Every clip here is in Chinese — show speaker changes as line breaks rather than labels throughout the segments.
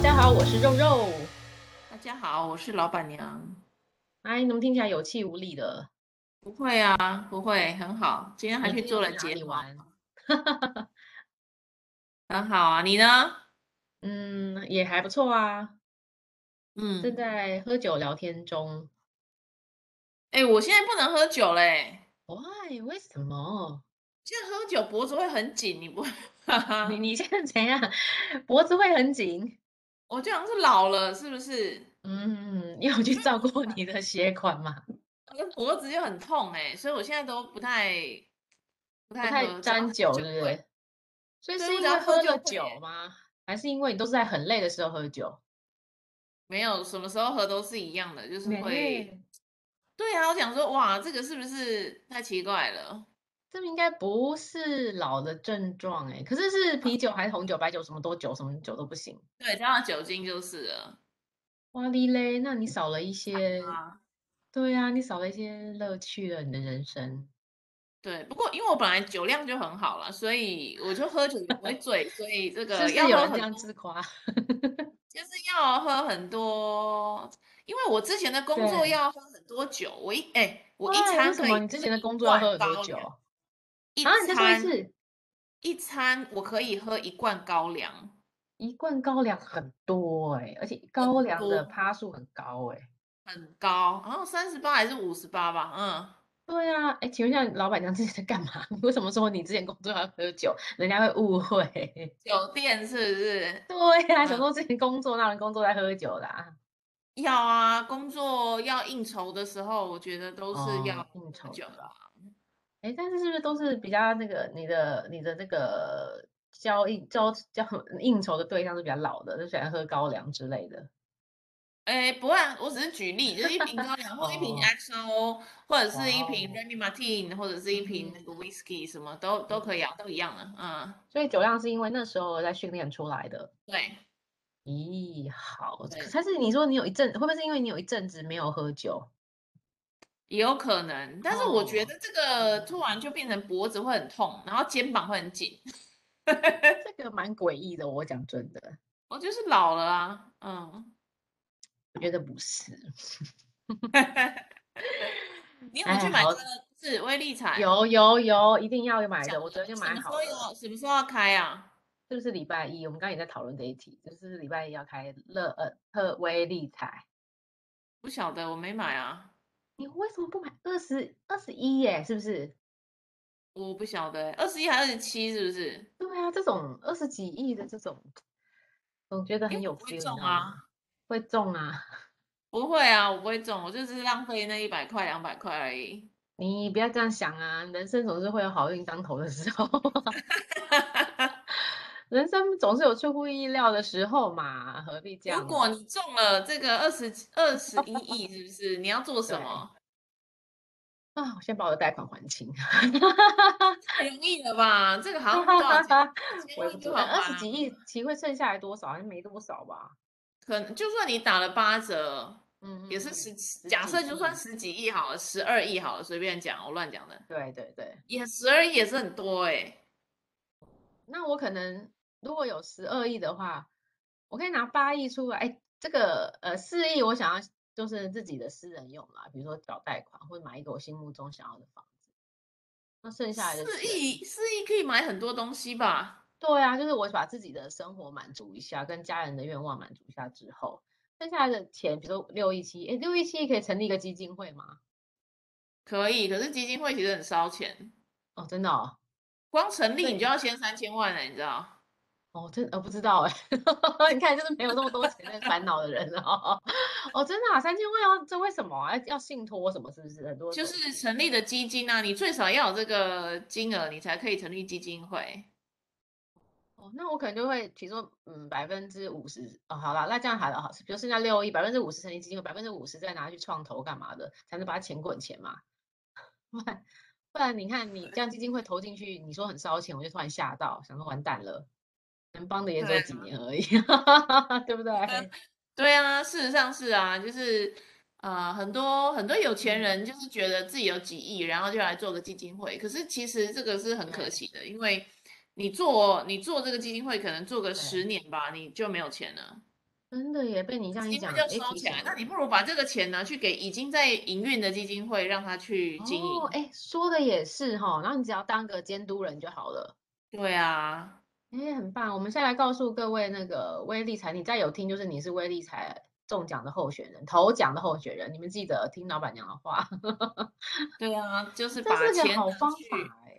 家好，我是肉肉。
大家好，我是老板娘。
哎，怎么听起来有气无力的？
不会啊，不会，很好。今天还
你
去
今天有
做了
去哪
睫
里
毛，
玩？
很好啊。你呢？
嗯，也还不错啊。正
嗯，
在喝酒聊天中。
哎，我现在不能喝酒嘞。
Why？为什么？
现在喝酒脖子会 很紧，你不？啊
你你现在怎样？脖子会很紧？
我这样是老了，是不是？
嗯，你有去照顾你的血管 吗？
我的脖子就很痛哎，所以我现在都不太
不
不太
太
喝，只要喝
沾酒，
就
对不
会。
对？所以
对，
是
我只
因
要
为
喝
喝
就
了
会
酒
耶，
吗？还是因为你都是在很累的时候喝酒？
没有什么时候喝都是一样的，就是会。
没，
对啊，我想说，哇，这个是不是太奇怪了？
这应该不是老的症状哎，可是是啤酒还是红酒、白酒，什么都酒，什么酒都不行。
对，加上酒精就是了。
哇哩嘞，那你少了一些，
啊，
对啊，你少了一些乐趣了，你的人生。
对，不过因为我本来酒量就很好了，所以我就喝酒也不会醉，所以这
是
个
不
要
是有
喝
人这
很
样
多，
自夸？
就是要喝很多，因为我之前的工作
对，
要喝很多酒，我一哎，我一
哇，为
餐
什
可以
么你之
喝
前的
一
工作要
罐
喝很多
高
酒？啊
粱，一
啊，你再说一
餐
次，
一餐我可以喝一罐高粱，
一罐高粱很多哎，而且
很
高粱的
多
趴数很高哎。
很高，然后三十八还是五十八吧，嗯。
对啊，哎，请问一下，老板娘之前在干嘛？ 为什么说你之前工作要喝酒，人家会误会？
酒店是不是？
对呀、想
嗯，
说之前工作，那人工作在喝酒啦、
要啊，工作要应酬的时候，我觉得都是要
哦，应
喝
酬
酒
的啦。
啊。
哎，但是是不是都是比较那个你的你的那个交易交交应酬的对象是比较老的，就喜欢喝高粱之类的？
哎，不然我只是举例，就是一瓶高粱，或一瓶
哦，
XO，或者
哇
是一瓶
哦，
Remy Martin，或者是一瓶那
嗯
个 Whisky，什么都都可以
嗯，
啊，都一样的。嗯，
所以酒量是因为那时候在训练出来的。
对
咦，好，可
对，
但是你说你有一阵，会不会是因为你有一阵子没有喝酒？
也有可能。但是我觉
哦，
得这个突然
嗯，
就变成脖子会很痛，然后肩膀会很紧。
这个蛮诡异的，我讲真的，
我就是老了啊，嗯。
我觉得不是。
你有没有
哎，
去买那
好，
个是威力彩？
有有有，一定要买
想
的，我昨天就
什
买
么时
好
候
了。
有？什么时候要开啊？
是不是礼拜一？我们刚刚也在讨论这一题，就是礼拜一要开乐呃特威利彩。
不晓得，我没买啊，
你为什么不买二十二十一耶？是不是？
我不晓得欸，二十一还二十七是不是？
对啊，这种二十几亿的这种，总觉得
因
很
为我
有
不会
feel，你
中
知道吗？
啊，
会中啊！
不会啊，我不会中，我就是浪费那一百块、两百块而已。
你不要这样想啊，人生总是会有好运当头的时 候，人生总是有出乎意料的时候嘛，何必这
如
样啊哦
果
呢？
你中了这个二十二十一亿，是不是？你要做什
对
么？
啊，我先把我的贷款还清。
太容易了吧？这个好
哈
像多
哈
少
哈 哈，
钱？一千
我也
万
不
就
知道，
还
二
完
十
啊。
几亿其会剩下来多少？好像没多少吧。
可能就算你打了八折，也
嗯
是
嗯嗯，
十几，
十
假
几
设就算
亿，
十几亿好了，十二亿好了，随便讲，我乱讲的，
对对对。
也十二亿也是很多哎、
那我可能如果有十二亿的话，我可以拿八亿出来。哎，这个呃四亿我想要就是自己的私人用啦，比如说找贷款或者买一个我心目中想要的房子。那剩下来
四
的钱，
亿，四亿可以买很多东西吧？
对啊，就是我把自己的生活满足一下，跟家人的愿望满足一下之后，剩下来的钱，比如说六亿七，哎，六亿七可以成立一个基金会吗？
可以，可是基金会其实很烧钱，
哦，真的哦，
光成
所
立你
以
就要先三千万了、你知道？
哦，真呃不知道哎、 你看就是没有那么多钱在烦恼的人了哦。 哦，真的啊，三千万要这为什么啊？要要信托什么？是不是很多
就
手续？
是成立的基金啊，你最少要有这个金额，你才可以成立基金会。
哦，那我可能就会提出嗯百分之五十哦，好啦，那这样好了，好，比如剩下六亿，百分之五十成立基金会，百分之五十再拿去创投干嘛的，才能把钱滚钱嘛。 不然不然你看你这样基金会投进去，你说很烧钱，我就突然吓到，想说完蛋了，能帮的也只有
对啊
几年而已， 对不对？
对啊，事实上是啊，就是呃，很多很多有钱
嗯，
人就是觉得自己有几亿，然后就来做个基金会。可是其实这个是很可
对
惜的，因为你做你做这个基金会，可能做个
对。
十年吧，你就没有钱了。
真的耶，被你这样一
基金
讲，
会就
哎，
收
提
起
醒
来。那你
我。
不如把这个钱拿去给已经在营运的基金会，让他去经
哦，
营。
哎，说的也是哈，然后你只要当个监督人就好了。
对啊，
哎，很棒！我们现在来告诉各位，那个微理财，你再有听就是你是微理财中奖的候选人，头奖的候选人，你们记得听老板娘的话，
对啊，就是
这
把
是个
钱
好
拿
方
去，
法哎。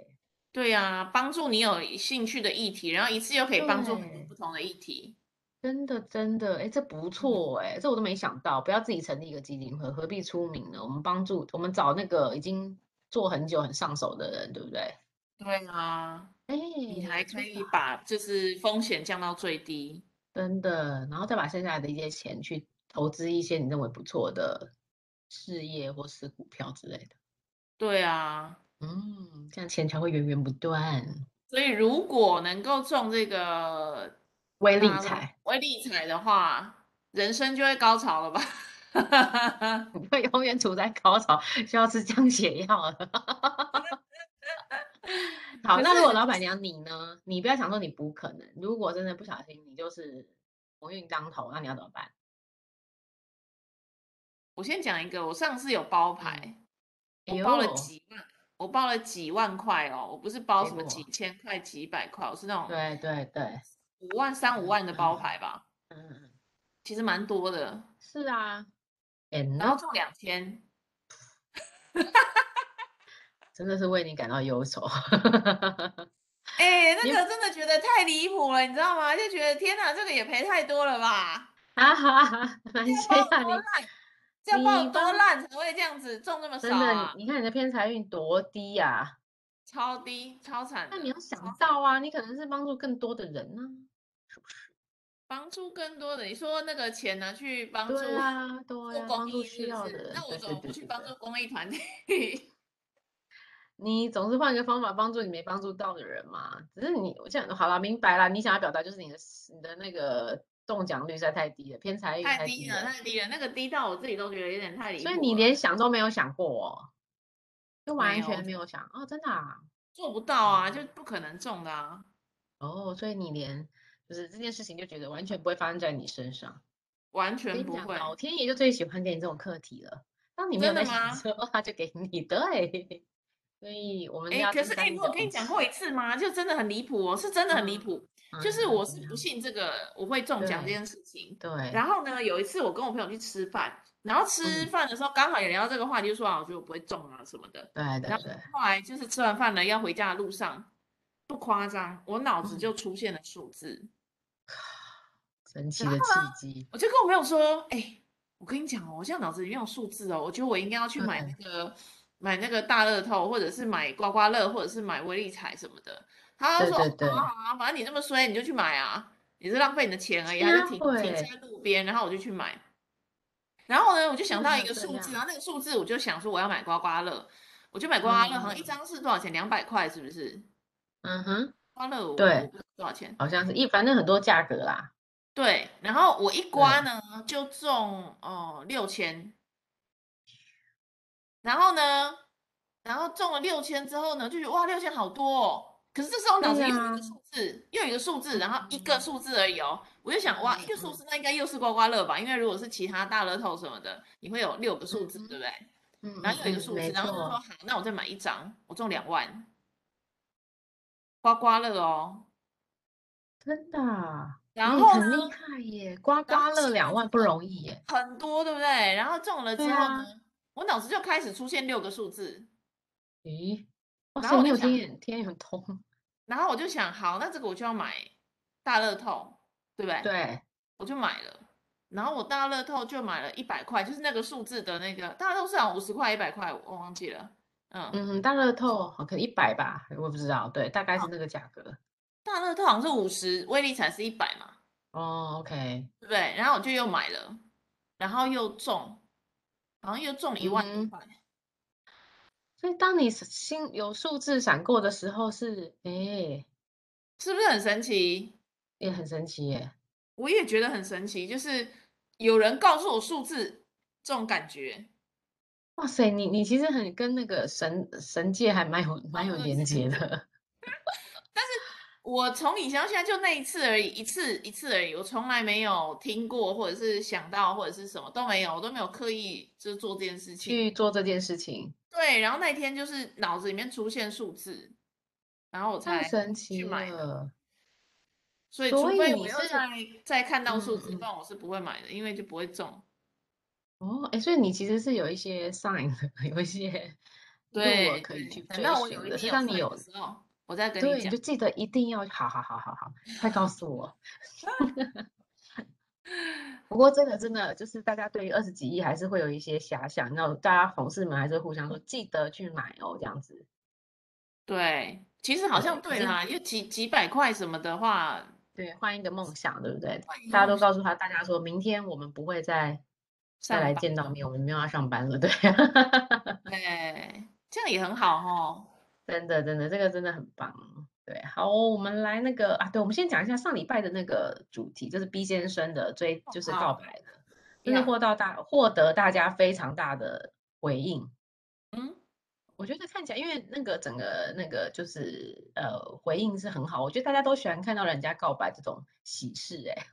对啊，帮助你有兴趣的议题，然后一次又可以帮助很多
对，
不同的议题。
真的真的，哎，这不
嗯，
错哎，这我都没想到，不要自己成立一个基金会，何必出名呢？我们帮助，我们找那个已经做很久、很上手的人，对不对？
对啊，
哎，
你还可
出
以
法。
把就是风险降到最低。
真的，然后再把剩下来的一些钱去投资一些你认为不错的事业或是股票之类的。
对啊，
嗯，这样钱才会源源不断。
所以如果能够中这个
微理
大陆
财，
微理财的话，人生就会高潮了吧？
你会永远处在高潮，需要吃降血药了。 好，
可是
那如果
很
老板娘你呢？你不要想说你不可能，如果真的不小心你就是鸿运当头，那你要怎么办？
我先讲一个，我上次有包
嗯，
牌，
哎
我包了
呦，
几万，我包了几万块哦，我不是包
结
什么几
果，
千块、几百块，我是那种
对对对，
五万、三五
嗯
万的包
嗯
牌吧，
嗯，
其实蛮多的。
是啊，and
然后
呢，
中两千，
真的是为你感到忧愁。
哎，
你
那个真的觉得太离谱了，你知道吗？就觉得天哪，这个也赔太多了吧？
啊 哈哈，
这
蛮
要
这
包
样，你
有多烂？这要包
你
有多
帮
烂才会这样子中这么少
真的，
啊？
你看你的偏财运多低呀、
超低，超惨
那你
的，
要想
超惨。
到啊，你可能是帮助更多的人呢、是不是？
帮助更多的，你说那个钱拿去帮
对
助
啊，对
做
啊，
公
帮助
益是
需
不
要的
是？
人，
那我
对
怎
对
么
对
不去
对
帮
对，
助公益团 体？
你总是换个方法帮助你没帮助到的人嘛。只是你，我这样好了，明白了，你想要表达就是你的你的那个中奖率实在太低了，偏财运
太
太
低
低
了，
了，
太低了，那个低到我自己都觉得有点太离
所以你
谱了。
连想都没有想过哦，就
没
完
有，我
全
就
没有想哦，真的啊，
做不到啊，就
哦。
不可能中的啊。
哦，所以你连就是这件事情就觉得完全不会发生在你身上。
完
我跟
全
你
不
讲，
会，
老天爷就最喜欢给你这种课题了。当你没有
真
在
的
想的
吗？
时候，他就给你。 对，所以我们
哎，
要
可
增
是
加
哎，诶
你
我
的
有跟
勇
你讲过
气。
一次吗？就真的很离谱哦，是真的很离
嗯
谱。就是
嗯，
我
怎
是
么
不
样？
信这个我会中奖这
对
件事情。
对，
然后呢，有一次我跟我朋友去吃饭，然后吃
嗯，
饭的时候刚好也聊到这个话题，就说啊，我觉得我不会中啊什么的。
对
然
对
后
对，
后来就是吃完饭了要回家的路上，不夸张，我脑子
嗯，
就出现了数字。
神奇
然
的
后呢，
契机，
我就跟我朋友说，哎，我跟你讲哦，我现在脑子里面有数字哦，我觉得我应该要去买
对，
那个买那个大乐透，或者是买刮刮乐，或者是买威力彩什么的。他就
对
说，哦，
对
好
对，
啊好啊，反正你这么衰，你就去买啊，你是浪费你的钱而已。他就
瞎
停停
会，
在路边，然后我就去买。然后呢，我就想
真
到一
的
个
这
数字，然
样，
后那个数字我就想说我要买刮刮乐，我就买刮刮乐，好像一
嗯
张是多少钱？两百块是不是？
嗯哼，
刮刮乐我我
对，
不知道多少钱。
好像是一，反正很多价格啦，
对，然后我一刮
对，
呢就中哦六千，然后呢，然后中了六千之后呢，就觉得哇六千好多哦。可是这时候脑
对
子又有一
呀，
个数字，又有一个数字，然后一个
嗯
数字而已哦。我就想哇一
嗯
个数
嗯
字那应该又是刮刮乐吧？因为如果是其他大乐透什么的，你会有六个数
嗯
字，对
哼
不对？
嗯
然
嗯
后又有一个
嗯，
数字，
没
然后就说
错。
好，那我再买一张，我中两万刮刮乐哦。
真的啊，
然
哎，
后
很厉
呢，
害耶！刮
然后
刮乐
钱
两万不容易耶。
很多，对不对？然后中了
对
之后呢，
啊，
我脑子就开始出现六个数字，
咦，哇
然
塞，
后我
你
就
有
想，
天眼天眼很通，
然后我就想，好，那这个我就要买大乐透，对不对？
对，
我就买了，然后我大乐透就买了一百块，就是那个数字的那个大乐透是好像五十块、一百块，我忘记了。嗯，
嗯，大乐透好，可能一百吧，我也不知道，对，大概是
好，
那个价格。
大乐透好像是五十，威力彩是一百嘛，
哦，OK，
对不对？然后我就又买了，然后又中，好像又中了一
嗯
万多
哼。
块。
所以当你是心有数字闪过的时候是，哎，
是不是很神奇？
也很神奇耶。
我也觉得很神奇，就是有人告诉我数字这种感觉，
哇塞，你你其实很跟那个神神界还蛮有蛮
超
有
多
连
嗯神
接
奇。
的。
我从以前到现在就那一次而已，一次一次而已，我从来没有听过或者是想到或者是什么都没有，我都没有刻意就是做这件事情。
去做这件事情，
对，然后那天就是脑子里面出现数字，然后我
太
才
神
去
奇
买的。
了。
所以，除
所以
非我
你
又
是
再再看到
嗯
数字，
嗯
不然我是不会买的，因为就不会中。
哦，哎，所以你其实是有一些 sign 的， 有一些路
对
可以去
对，等
追
到我有
寻
一
的，是
天有
让你
sign 的
有
时候，我再跟你
对，你
讲。
就记得一定要，好好好好好，快告诉我。 不过这个真的就是大家对于二十几亿还是会有一些遐想，那大家同事们还是互相说记得去买哦，这样子。
对，其实好像
对，可
对
是
啦，因为几几百块什么的话，
对换一个梦想，对不对？
换一个
大家
梦
都
想
告诉他，大家说明天我们不会再再
上
来
班
见到
了，
面，我们没有要上班了，对。
对，这样也很好哦。
真的，真的，这个真的很棒。对，好哦，我们来那个啊，对，我们先讲一下上礼拜的那个主题，就是 B 先生的追，就是告
好
白的，真的
呀，
获到大获得大家非常大的回应。
嗯，
我觉得看起来，因为那个整个那个就是呃回应是很好，我觉得大家都喜欢看到人家告白这种喜事、欸，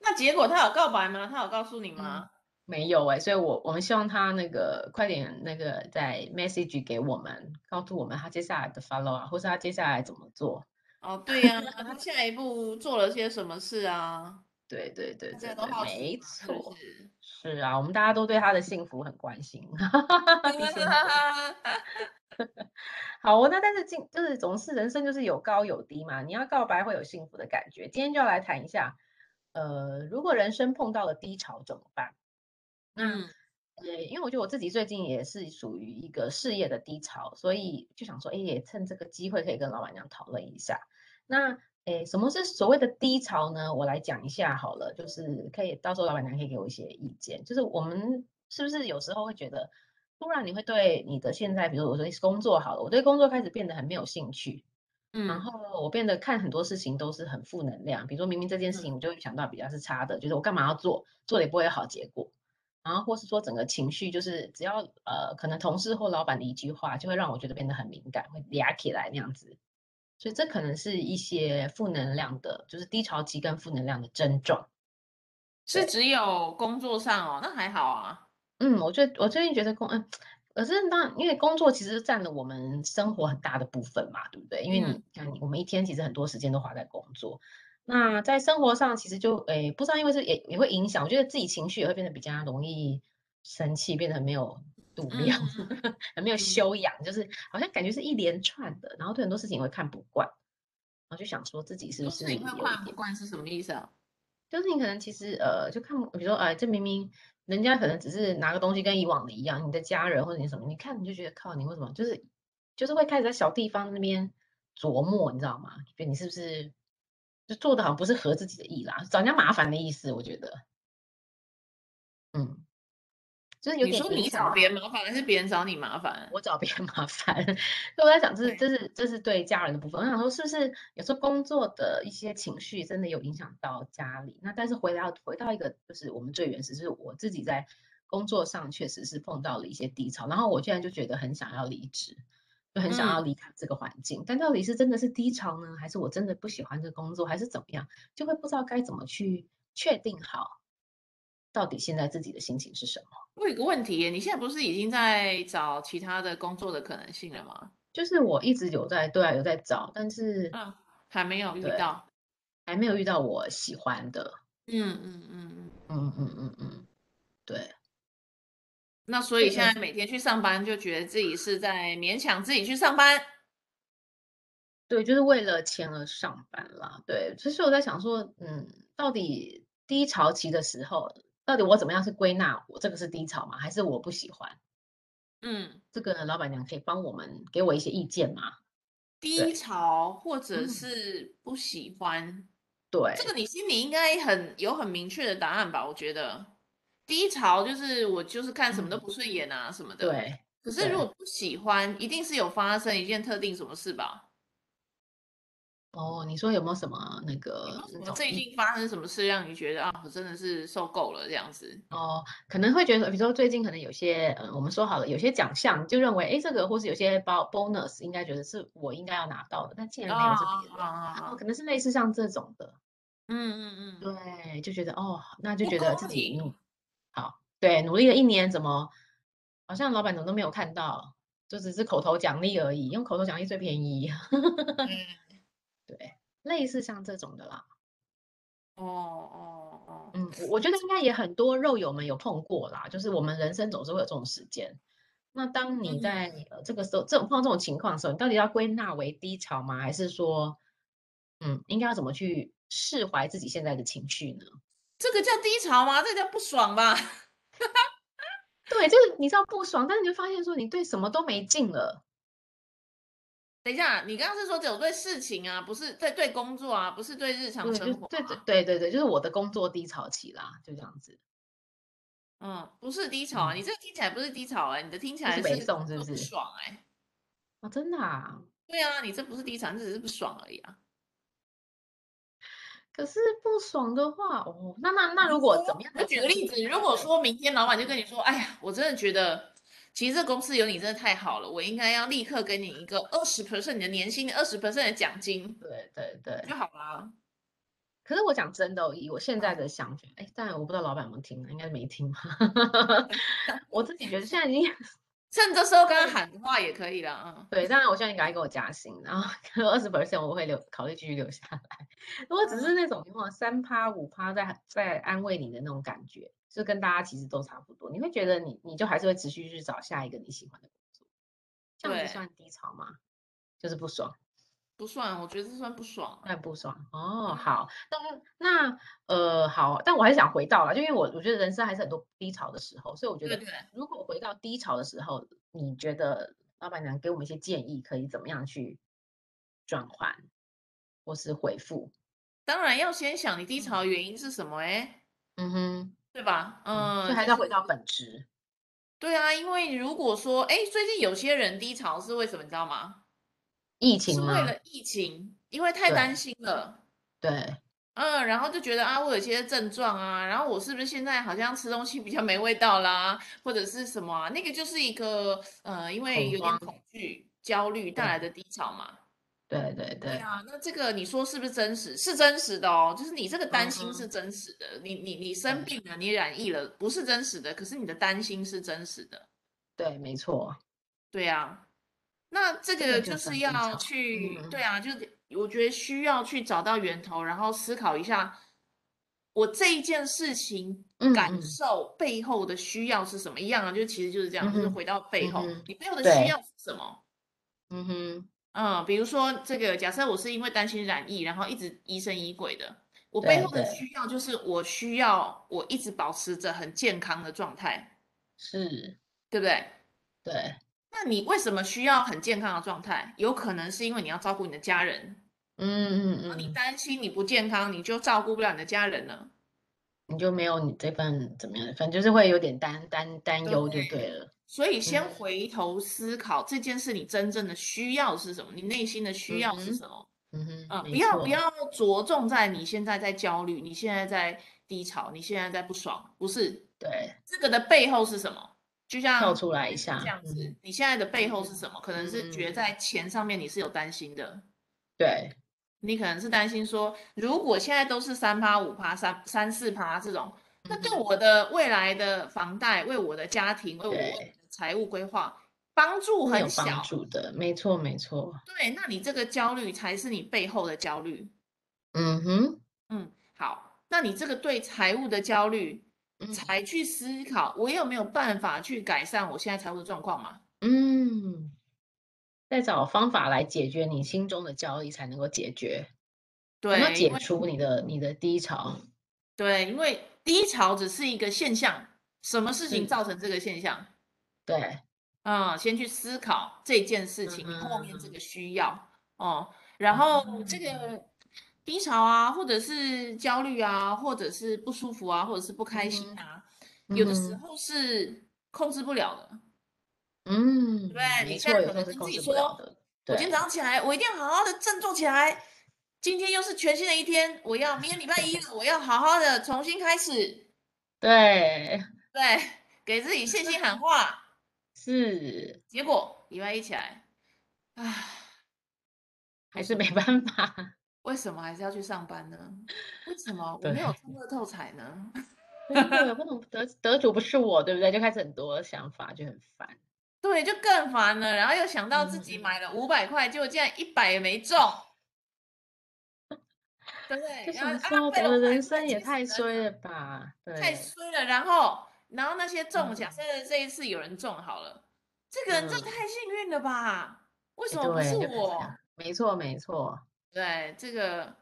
那结果他有告白吗？他有告诉你
嗯，
吗？
没有哎、所以我我们希望他那个快点那个在 message 给我们，告诉我们他接下来的 follow 啊，或是他接下来怎么做。
哦，对呀，他下一步做了些什么事啊？
对对对
大
对
家都
对，
好奇
没
嘛，是不
错，
是？
是啊，我们大家都对他的幸福很关心， 毕 先生。好哦，那但是进就是总是人生就是有高有低嘛，你要告白会有幸福的感觉。今天就要来谈一下，呃，如果人生碰到了低潮怎么办？那
嗯，
呃，因为我觉得我自己最近也是属于一个事业的低潮，所以就想说，哎，也趁这个机会可以跟老板娘讨论一下。那诶，什么是所谓的低潮呢？我来讲一下好了，就是可以到时候老板娘可以给我一些意见。就是我们是不是有时候会觉得，突然你会对你的现在，比如我说工作好了，我对工作开始变得很没有兴趣，然
嗯，
后我变得看很多事情都是很负能量，比如说明明这件事
嗯，
情，我就会想到比较是差的，就是我干嘛要做，做了也不会有好结果。然后或是说整个情绪，就是只要呃，可能同事或老板的一句话，就会让我觉得变得很敏感，会嗲起来那样子。所以这可能是一些负能量的，就是低潮期跟负能量的症状。
是
对，
只有工作上哦，那还好啊。
嗯，我最我最近觉得工，嗯，可是当因为工作其实占了我们生活很大的部分嘛，对不对？因为
嗯，
你看你，我们一天其实很多时间都花在工作，那在生活上其实就诶，不知道因为是也也会影响，我觉得自己情绪也会变得比较容易生气，变得很没有度
嗯
量，
嗯
很没有
嗯
修养，就是好像感觉是一连串的，然后对很多事情也会看不惯，然后就想说自己是
很
不
多事
是
哦情会
有一
看不
点。
惯是什么意思啊？
就是你可能其实呃，就看，比如说哎、呃这明明人家可能只是拿个东西跟以往的一样，你的家人或者你什么，你看你就觉得靠，你为什么就是就是会开始在小地方那边琢磨，你知道吗？觉得你是不是就做的好像不是合自己的意啦，找人家麻烦的意思，我觉得，嗯，就是有
你
点
说
影
你
响
找
到
别人麻烦，还是别人找你麻烦？
我找别人 麻烦，所以我在想，这是
对，
这是这是对家人的部分。我想说，是不是有时候工作的一些情绪真的有影响到家里？那但是回到回到一个，就是我们最原始，就是我自己在工作上确实是碰到了一些低潮，然后我居然就觉得很想要离职，就很想要
嗯，
离开这个环境。但到底是真的是低潮呢，还是我真的不喜欢这工作，还是怎么样，就会不知道该怎么去确定好到底现在自己的心情是什么。
我有个问题耶，你现在不是已经在找其他的工作的可能性了吗？
就是我一直有在对啊有在找，但是。
嗯，还没有遇
对，
到。
还没有遇到我喜欢的。
嗯嗯嗯嗯。
嗯嗯嗯嗯，对，
那所
这
以现
个
在每天去上班，就觉得自己是在勉强自己去上班。
对，就是为了钱而上班啦。对，其实我在想说，嗯，到底低潮期的时候，到底我怎么样是归纳我这个是低潮吗？还是我不喜欢？
嗯，
这个老板娘可以帮我们给我一些意见吗？
低
对，
潮或者
嗯，
是不喜欢，这个
对，
你心里应该很有很明确的答案吧？我觉得低潮就是我就是看什么都
嗯，
不顺眼啊什么的。
对，
可是
对。
如果不喜欢，一定是有发生一件特定什么事吧？
哦，你说有没有什么那
有没
个
有什
那
么
种
哦最
意
近发生什么事让你觉得啊，我真的是受够了这样子？
哦，可能会觉得，比如说最近可能有些，呃，我们说好了，有些奖项就认为，诶，这个或是有些包 bonus 应该觉得是我应该要拿到的，但竟然没有是
啊
别
啊
人，
啊
哦，
啊！
可能是类似像这种的，
嗯嗯嗯，
对，就觉得哦，那就
不
觉得自
公
己
平。
努，好，对，努力了一年，怎么好像老板怎么都没有看到，就只是口头奖励而已，用口头奖励最便宜，
嗯，
对，类似像这种的啦。
哦哦哦，
嗯，我我觉得应该也很多肉友们有碰过啦，就是我们人生总是会有这种时间。那当你
嗯，
在呃这个时候，这种碰到这种情况的时候，你到底要归纳为低潮吗？还是说，嗯，应该要怎么去释怀自己现在的情绪呢？
这个叫低潮吗？这个叫不爽吧？
对，就是你知道不爽，但是你就发现说你对什么都没劲了。
等一下，你刚刚是说只有对事情啊，不是对对工作啊，不是对日常
对，就
生活
对对
啊？
对对对，就是我的工作低潮期啦，就这样子。
嗯，不是低潮啊，你
嗯，
这个听起来不是低潮啊，你的听起
这是
来
北
是
宋是不
不
是？
爽哎、
啊、真的啊。
对啊，你这不是低潮，你只是不爽而已啊。
可是不爽的话，哦，那那那
比
如
如
果怎么
说，
样
我
才
举
是
个
低
例
潮
子，如果
呢？
说明天老板就
嗯。
跟你说，哎呀，我真的觉得，其实这公司有你真的太好了，我应该要立刻给你一个二十 percent 你的年薪，二十 percent 的奖金
对对对，
就好啦。
可是我讲真的哦，以我现在
嗯，
的想法，哎，但我不知道老板有没有听啊，应该没听 吧。我自己觉得现在已经
趁这时候跟他
对
喊的话也可以啦。啊。
对，当然我希望你赶快给我加薪，然后二十 percent 我会留，考虑继续留下来。如果
嗯
只是那种有没有三趴五趴在在安慰你的那种感觉，就跟大家其实都差不多，你会觉得你你就还是会持续去找下一个你喜欢的工作，这样子
对，
算低潮吗？就是不爽。
不算，我觉得这算不爽啊。
那不爽哦，
嗯，
好，那那呃，好，但我还是想回到啦，就因为我我觉得人生还是很多低潮的时候，所以我觉
对
得
对。
如果回到低潮的时候，你觉得老板娘给我们一些建议，可以怎么样去转换或是回复？
当然要先想你低潮
嗯
的原因是什么，哎，
嗯哼，
对吧？
嗯，所以
嗯，
还
就是
要
是
回到本质。
对啊，因为如果说，哎，最近有些人低潮是为什么，你知道吗？
疫
是
情
为
吗？
了疫情，因为太担
对
心了，
对，
嗯，然后就觉得啊，我有一些症状啊，然后我是不是现在好像吃东西比较没味道啦，或者是什么啊？那个就是一个呃，因为
恐
有点
慌，
恐惧、焦虑带
对
来的低潮嘛。
对对
对
对，
啊，那这个你说是不是真实？是真实的哦，就是你这个担
嗯
心是
哼，
真实的，你你你生
对
病了，你染疫了，不是真实的，可是你的担心是真实的。
对，没错，
对啊，那这
这个
个
就
就是
算低
要
潮。
去，对
嗯，
啊，就是我觉得需要去找到源头，然后思考一下，我这一件事情
嗯
感
嗯
受背后的需要是什么？一样啊，就其实就是这
嗯
样，就是
哼
回到背
嗯
后，
哼，
你背后的需
对，
要是什么？
嗯哼，
嗯，比如说这个，假设我是因为担心染疫，然后一直疑神疑鬼的，我背
对
后的
对。
需要就是我需要我一直保持着很健康的状态，
是，
对不对？
对，
那你为什么需要很健康的状态？有可能是因为你要照顾你的家人，
嗯嗯
然后哦你
嗯，
担心你不健康，你就照顾不了你的家人了。
你就没有你这份怎么样，反正就是会有点担担担
对，
忧就对了，
所以
嗯
先回头思考这件事，你真正的需要是什么？你内心的需
嗯
要是
哼，
什么？
嗯哼，
啊、不
没
要不
错，
要着重在你现在在焦虑，你现在在低潮，你现在在不爽，不是
对，
这个的背后是什么？就
跳
像
出来一
类似这
下，
样
嗯
子，你现在的背
嗯
后是
嗯
什么？可能
嗯
是觉得
嗯，
在钱上面你是有担心的，
对，
你可能是担心说，如果现在都是三趴、五趴、三三四趴这种，那
嗯
对
哼，
我的未来的房贷、为我的家庭、为我未来
对，
的财务规划帮助
是有
很
帮
小。
助的，没错没错，
对，那你这个焦虑才是你背后的焦虑。
嗯哼，
嗯，好，那你这个对财务的焦虑，
嗯
才去思考我有没有办法去改善我现在财务的状况嘛？
嗯，再找方法来解决你心中的焦虑，才能够解决，能够
对，因
解
为
除你的你的低潮，
对，因为低潮只是一个现象，什么事情
是，
造成这个现象？
对，
嗯，先去思考这件事
嗯
情，你后面这
哼，
个需要哦，然后这
啊，
个低潮啊，或者是焦虑啊，或者是不舒服啊，或者是不
嗯
开心
哼，
啊，
嗯
有的时
哼。
候是控制不了的，对不
嗯，
对？你
没
现
错，
在
有时候
可能
是
跟自
控
己
制不了
说，
的。
我今天
对
早上起来，我一定要好好的振作起来，今天又是全新的一天，我要明天礼拜一了，我要好好的重新开始，
对，
对，给自己信心喊话。
是
结果礼拜一起来，唉，
还是没 办法。
为什么还是要去上班呢？为什么我
对
没有中乐透彩呢？
真的，不懂得得主不是我，对不对？就开始很多想法，就很烦。
对，就更烦了。然后又想到自己
嗯嗯嗯
买了五百块，结果竟然一百也没中，对不对？
就
然后
想
啊
说，我
被
的
500
人
块
生也
气死
太
人
衰
了
了吧？
太
对，
衰了。然后，然后那些中，假
嗯
设这一次有人中好了，这个人真的
嗯
太幸运了吧？为什
哎
么不
对，
是
就开始
我
想？没错，没错，
对，这个，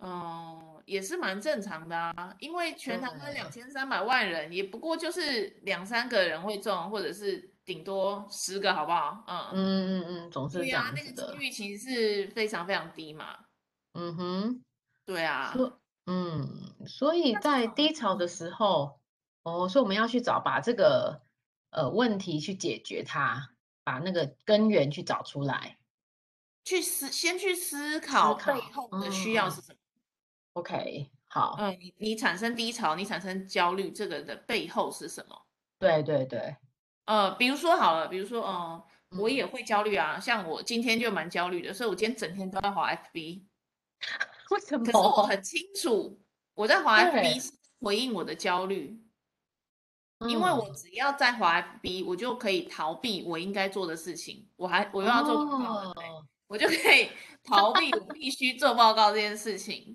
嗯，也是蛮正常的啊，因为全台湾两千三百万人，也不过就是两三个人会中，或者是顶多十个，好不好？嗯，
嗯嗯嗯，总是
对
这
啊，
样
那
子
个
的
几。率其实是非常非常低嘛。
嗯哼，
对啊，
所嗯，所以在低潮的时候，哦，所以我们要去找把这个呃问题去解决它，把那个根源去找出来。
去思，先去思考背
考
后的需要
嗯
是什么。
OK，好，
嗯，你你产生低潮，你产生焦虑，这个的背后是什么？
对对对，
呃，比如说好了，比如说，嗯，我
嗯
也会焦虑啊，像我今天就蛮焦虑的，所以我今天整天都在滑 FB，
为什
可是我
么？
很清楚我在滑
哦对
FB 是回应我的焦虑，因为
嗯，
我只要在滑 FB，我就可以逃避我应该做的事情，我还我又要做报告了，对，
哦，
我就可以逃避我必须做报告这件事情。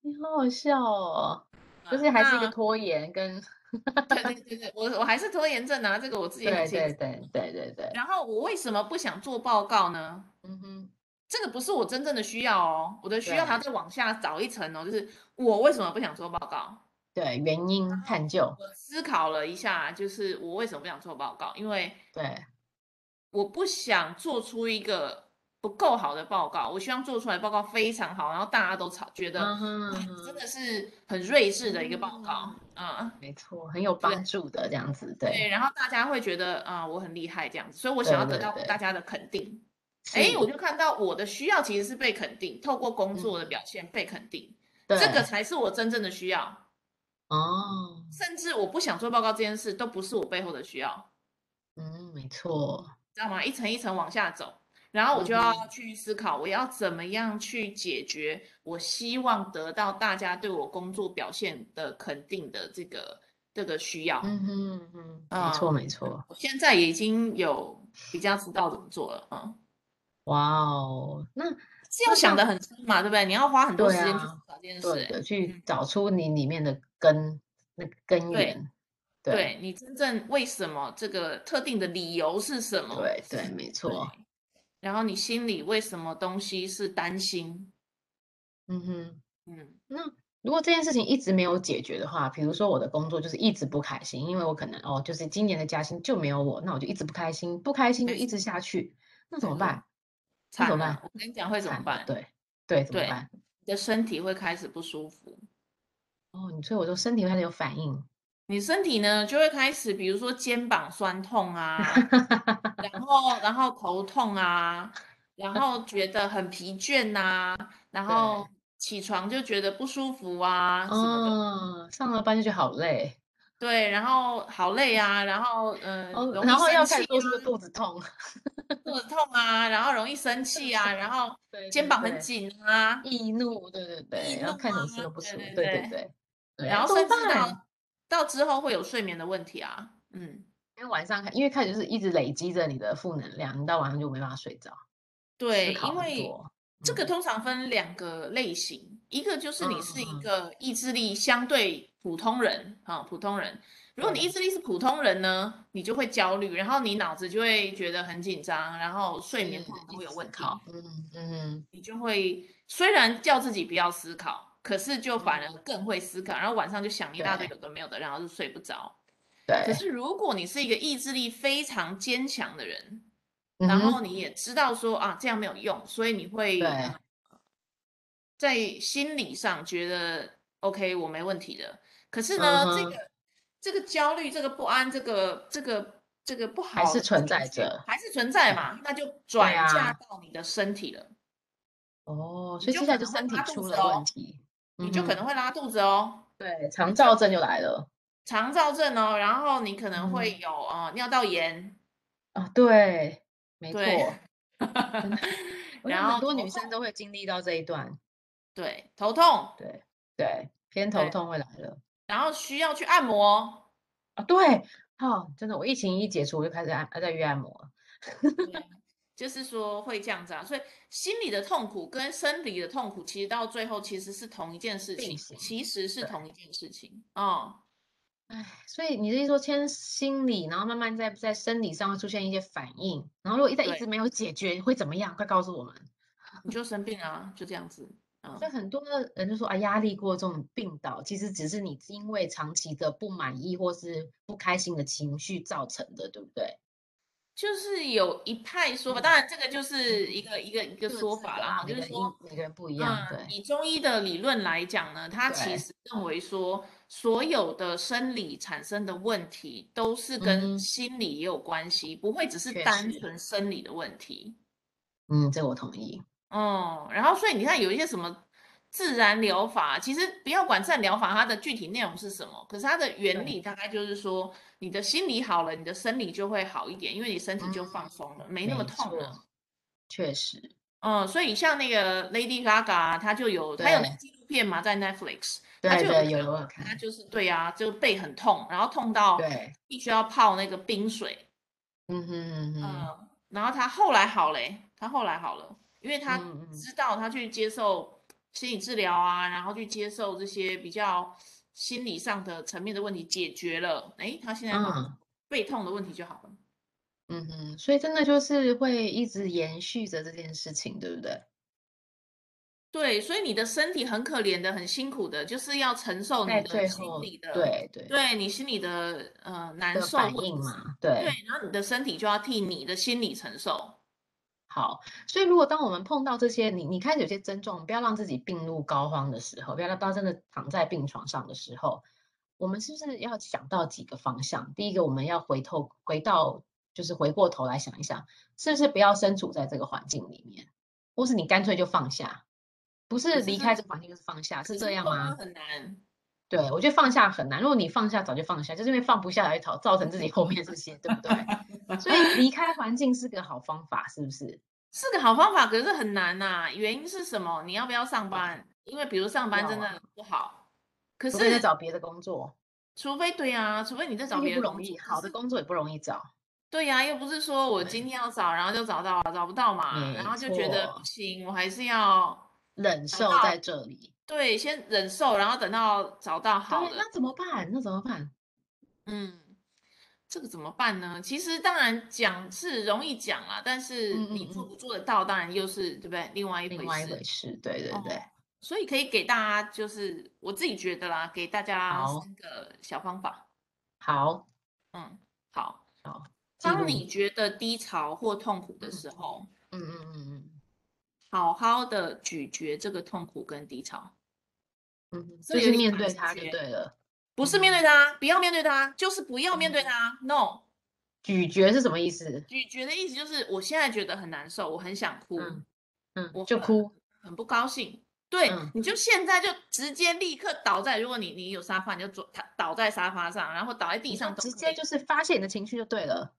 你好好笑哦，
嗯、
就是还是一个
那
拖延跟，
对对对对，我我还是拖延症啊，这个我自己很
对
清
对
楚。
对对对对，
然后我为什么不想做报告呢？
嗯哼，
这个不是我真正的需要哦，我的需要还要
对
再往下找一层哦，就是我为什么不想做报告？
对，原因探究，
我思考了一下，就是我为什么不想做报告，因为
对，
我不想做出一个不够好的报告，我希望做出来的报告非常好，然后大家都吵觉得
嗯哼
哇，
嗯
你真
哼，
的是很睿智的一个报告
嗯，
啊、
没错，很有
对
帮助的这样子，
对，
对
然后大家会觉得啊、我很厉害这样子，所以我想
对
要得
对
到大
对，
家的肯定。哎，我
是，
就看到我的需要其实是被肯定，透过工作的
嗯，
表现被肯定，这个
对，
才是我真正的需要。
哦，
甚至我不想做报告这件事，都不是我背后的需要，
嗯，没错，
知道吗？一层一层往下走，然后我
嗯
就要
哼，
去思考，我要怎么样去解决我希望得到大家对我工作表现的肯定的这个这个需要。
嗯哼嗯哼，没
嗯，
错没错，
我现在也已经有比较知道怎么做了，嗯。
哇哦，那
是要
那这
想
样，
得很深嘛，对不对？你要花很多
对
时间去思
啊，
考这件事、
对
欸。
的，去
嗯，
找出你里面的根，那个根
对
源，对
对，你真正为什么这个特定的理由是什么？
对对，没错。
对，然后你心里为什么东西是担心？
嗯哼，
嗯，
那如果这件事情一直没有解决的话，比如说我的工作就是一直不开心，因为我可能哦，就是今年的加薪就没有我，那我就一直不开心，不开心就
没
一
错，
直下去，那怎
没
么
错，
办？那怎
惨
么
了。
办？
我跟你讲会怎么
惨了，
办？
对对，怎么
对，
办？
你的身体会开始不舒服，
哦，你所以我就身体会开始有反应，
你身体呢就会开始，比如说肩膀酸 痛啊，然后然后头痛啊，然后觉得很疲倦呐、然后
对，
起床就觉得不舒服啊什么的，
嗯，上了班就觉得好累，
对，然后好累啊，然后嗯、呃
哦，
容
然
易
后
生
要开
气
始做事就
啊，
肚子痛，
肚子痛啊，然后容易生气啊，然 后
对
肩
对
膀很
对，
紧啊，
易怒，对对
易
对，然
怒
后看什么事
啊，
都不
对
舒服，
对
对对
对，
对对，
然
那
后
怎么
甚至
办？
到到之后会有睡眠的问题啊，嗯。
因为晚上看，因为开始就是一直累积着你的负能量，你到晚上就没办法睡着，思
对，
考
因
很
为
多。
这个
嗯
通常分两个类型，一个就是
嗯
你是一
嗯嗯，
个意志力相对普通人啊，普通人。如果你意
对，
志力是普通人呢，你就会焦虑，然后你脑子就会觉得很紧张，然后睡眠通
是
常都
嗯一直
会有
思
问题，
考。嗯嗯
你就会虽然叫自己不要思考，可是就反而
嗯，
更会思考，然后晚上就想一大堆
对
有的没有的，然后就睡不着。可
对，
是如果你是一个意志力非常坚强的人，
嗯
然后
哼，
你也知道说啊，这样没有用，所以你会
对
呃在心理上觉得 OK，我没问题的。可是
嗯
呢，这
哼，
个这个焦虑、这个不安、这个这个这个不
还
好
是
的
存
情
在
绪
着。哎
还是存在
对
嘛，那就
对
转嫁
啊，
到你的身体了。
哦，所
你
以现
就可
在就身
能会
体
拉肚
出
子
了问
哦
题，
你
嗯
就可
哼，
能会拉肚子哦，
对，肠燥症就来了，
肠燥症哦，然后你可能会
嗯
有呃尿道炎，
啊，对，没
对，
错，真的，我想
然
很
后
多
头
女生
痛，
都会经历到这一段，
对，头痛，
对对，偏头
对，
痛会来了
然后需要去按摩，
啊，对，好，真的，我疫情一解除我就开始按，啊在约按摩了，
对，啊就是说会这样子啊，所以心理的痛苦跟生理的痛苦，其实到最后其实是同一件事
并
情，
行，
其实是
对，
同一件事情，哦，
哎，所以你是说先心理，然后慢慢在在生理上会出现一些反应，然后如果一在一直
对，
没有解决会怎么样？快告诉我们。
你就生病啊，就这样子，
所以
嗯，
很多的人就说啊，压力过重病倒，其实只是你因为长期的不满意或是不开心的情绪造成的，对不对？
就是有一派说法，当
嗯
然这个就
嗯
是一个一个一个
各
说
自
法
的
啦，
啦，
哈，
啊每
就
个人
是
因
说。
每个人不一
嗯，
样，对
以中医的理论来讲呢，它其
对，
实认为说，所有的生理产生的问题都是
嗯
跟
哼，
心理也有关系，不会只是
确
单
实，
纯生理的问题。
嗯，这我同意，
哦，然后所以你看有一些什么自然疗法，其实不要管自然疗法它的具体内容是什么，可是它的原
对，
理大概就是说，你的心理好了，你的生理就会好一点，因为你身体
嗯，
就放松了，没那么
没
痛了。
错，确实，
嗯，所以像那个 Lady Gaga，啊她就有她有那
对
个纪录片嘛，在 Netflix，她
对
就有
对，
讲
有我有
啊，她
看，
就是对啊，就背很痛，然后痛到
对，
必须要泡那个冰水，
嗯哼嗯哼，
嗯，然后她后来好嘞，她后来好了，因为她
嗯嗯，
知道她去接受心理治疗啊，然后去接受这些比较心理上的层面的问题解决了，诶，她现在好了，
嗯
背痛的问题就好了。
嗯哼，所以真的就是会一直延续着这件事情，对不对？
对，所以你的身体很可怜的，很辛苦的，就是要承受你
在
的
最
心
后，
理的，
对对
对你心里的呃难
的
受，
反
或者
应
是
嘛，
对，
对。
然后你的身体就要替你的心理承受。
好，所以如果当我们碰到这些，你你开始有些症状，不要让自己病入膏肓的时候，不要让到真的躺在病床上的时候，我们是不是要想到几个方向？第一个，我们要回头回到，就是回过头来想一想，是不是不要身处在这个环境里面，或是你干脆就放下，不
可
是
是
离
真
开
的，
这个环境就是放下，是
可
这
是
样
放下
吗？
很难。
对，我觉得放下很难。如果你放下，早就放下，就是因为放不下来，造造成自己后面这些，对不对？所以离开环境是个好方法，是不是？
是个好方法，可是很难呐、原因是什么？你要不要上
对，
班？因为比如上班
要
真
啊。
的不好，可
除非再
是
找别的工作，
除非对啊，除非你在
这
找
又
别
不
的
容
工
易，
作，可
好的
是。
工作也不容易找。
对呀、又不是说我今
对，
天要找，然后就找到了，找不到嘛，然
没
后就觉得不
错，
行，我还是要
忍
找
受在
到，
这里。
对，先忍受，然后等到找到好
对，
的，
那怎么办？那怎么办？
嗯，这个怎么办呢？其实当然讲是容易讲啦，但
嗯
是你
嗯
做
嗯，
不做得到，当然又是对不对？另外一
另
回
外一
事
回事。对对对，
哦。所以可以给大家，就是我自己觉得啦，给大家
好，
三个小方法，
好，
嗯，好。
好，记
当
录。
你觉得低潮或痛苦的
嗯
时候，
嗯嗯嗯嗯
好好的咀嚼这个痛苦跟低潮，
嗯，
这
就
个有
是面
点反
对
直
它就
觉，
对了。
不是面对
嗯
它，不要面对它，就是不要面对
嗯，
它。No，
咀嚼是什么意思？
咀嚼的意思就是我现在觉得很难受，我很想哭，
嗯嗯，
我
就
很
哭。
很不高兴。对，
嗯
你就现在就直接立刻倒在，如果你你有沙发，你就坐倒倒在沙发上，然后倒在地
你说
上都
直
可
接
以
就是发泄你的情绪就对了。